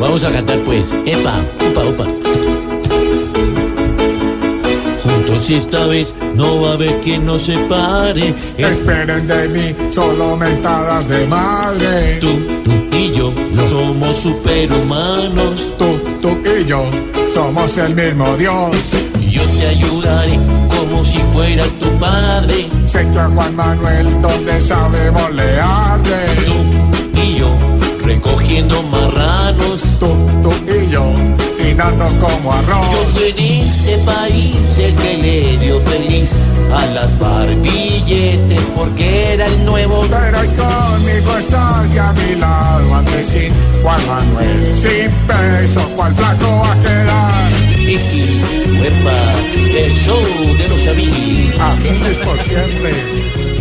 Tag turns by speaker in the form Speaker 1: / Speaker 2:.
Speaker 1: Vamos a cantar pues. Epa, upa, upa. Juntos esta vez no va a haber quien nos separe. Es
Speaker 2: Esperen de mí solo mentadas de madre.
Speaker 1: tú, tú y yo somos superhumanos.
Speaker 2: Tú, tú y yo somos el mismo Dios.
Speaker 1: Yo te ayudaré como si fuera tu padre.
Speaker 2: Sé que a Juan Manuel donde sabemos le arde.
Speaker 1: Tú y yo recogiendo marranos.
Speaker 2: Tú, tú y yo tirando
Speaker 1: Yo
Speaker 2: como arroz.
Speaker 1: fui en este país el que le dio feliz a las barbilletes porque era el nuevo
Speaker 2: Pero hoy conmigo estás y a mi lado antes sin Juan Manuel. Sin peso, cual flaco va a quedar.
Speaker 1: Vicky, Uepa, el show de los amigos.
Speaker 2: Amigos por siempre.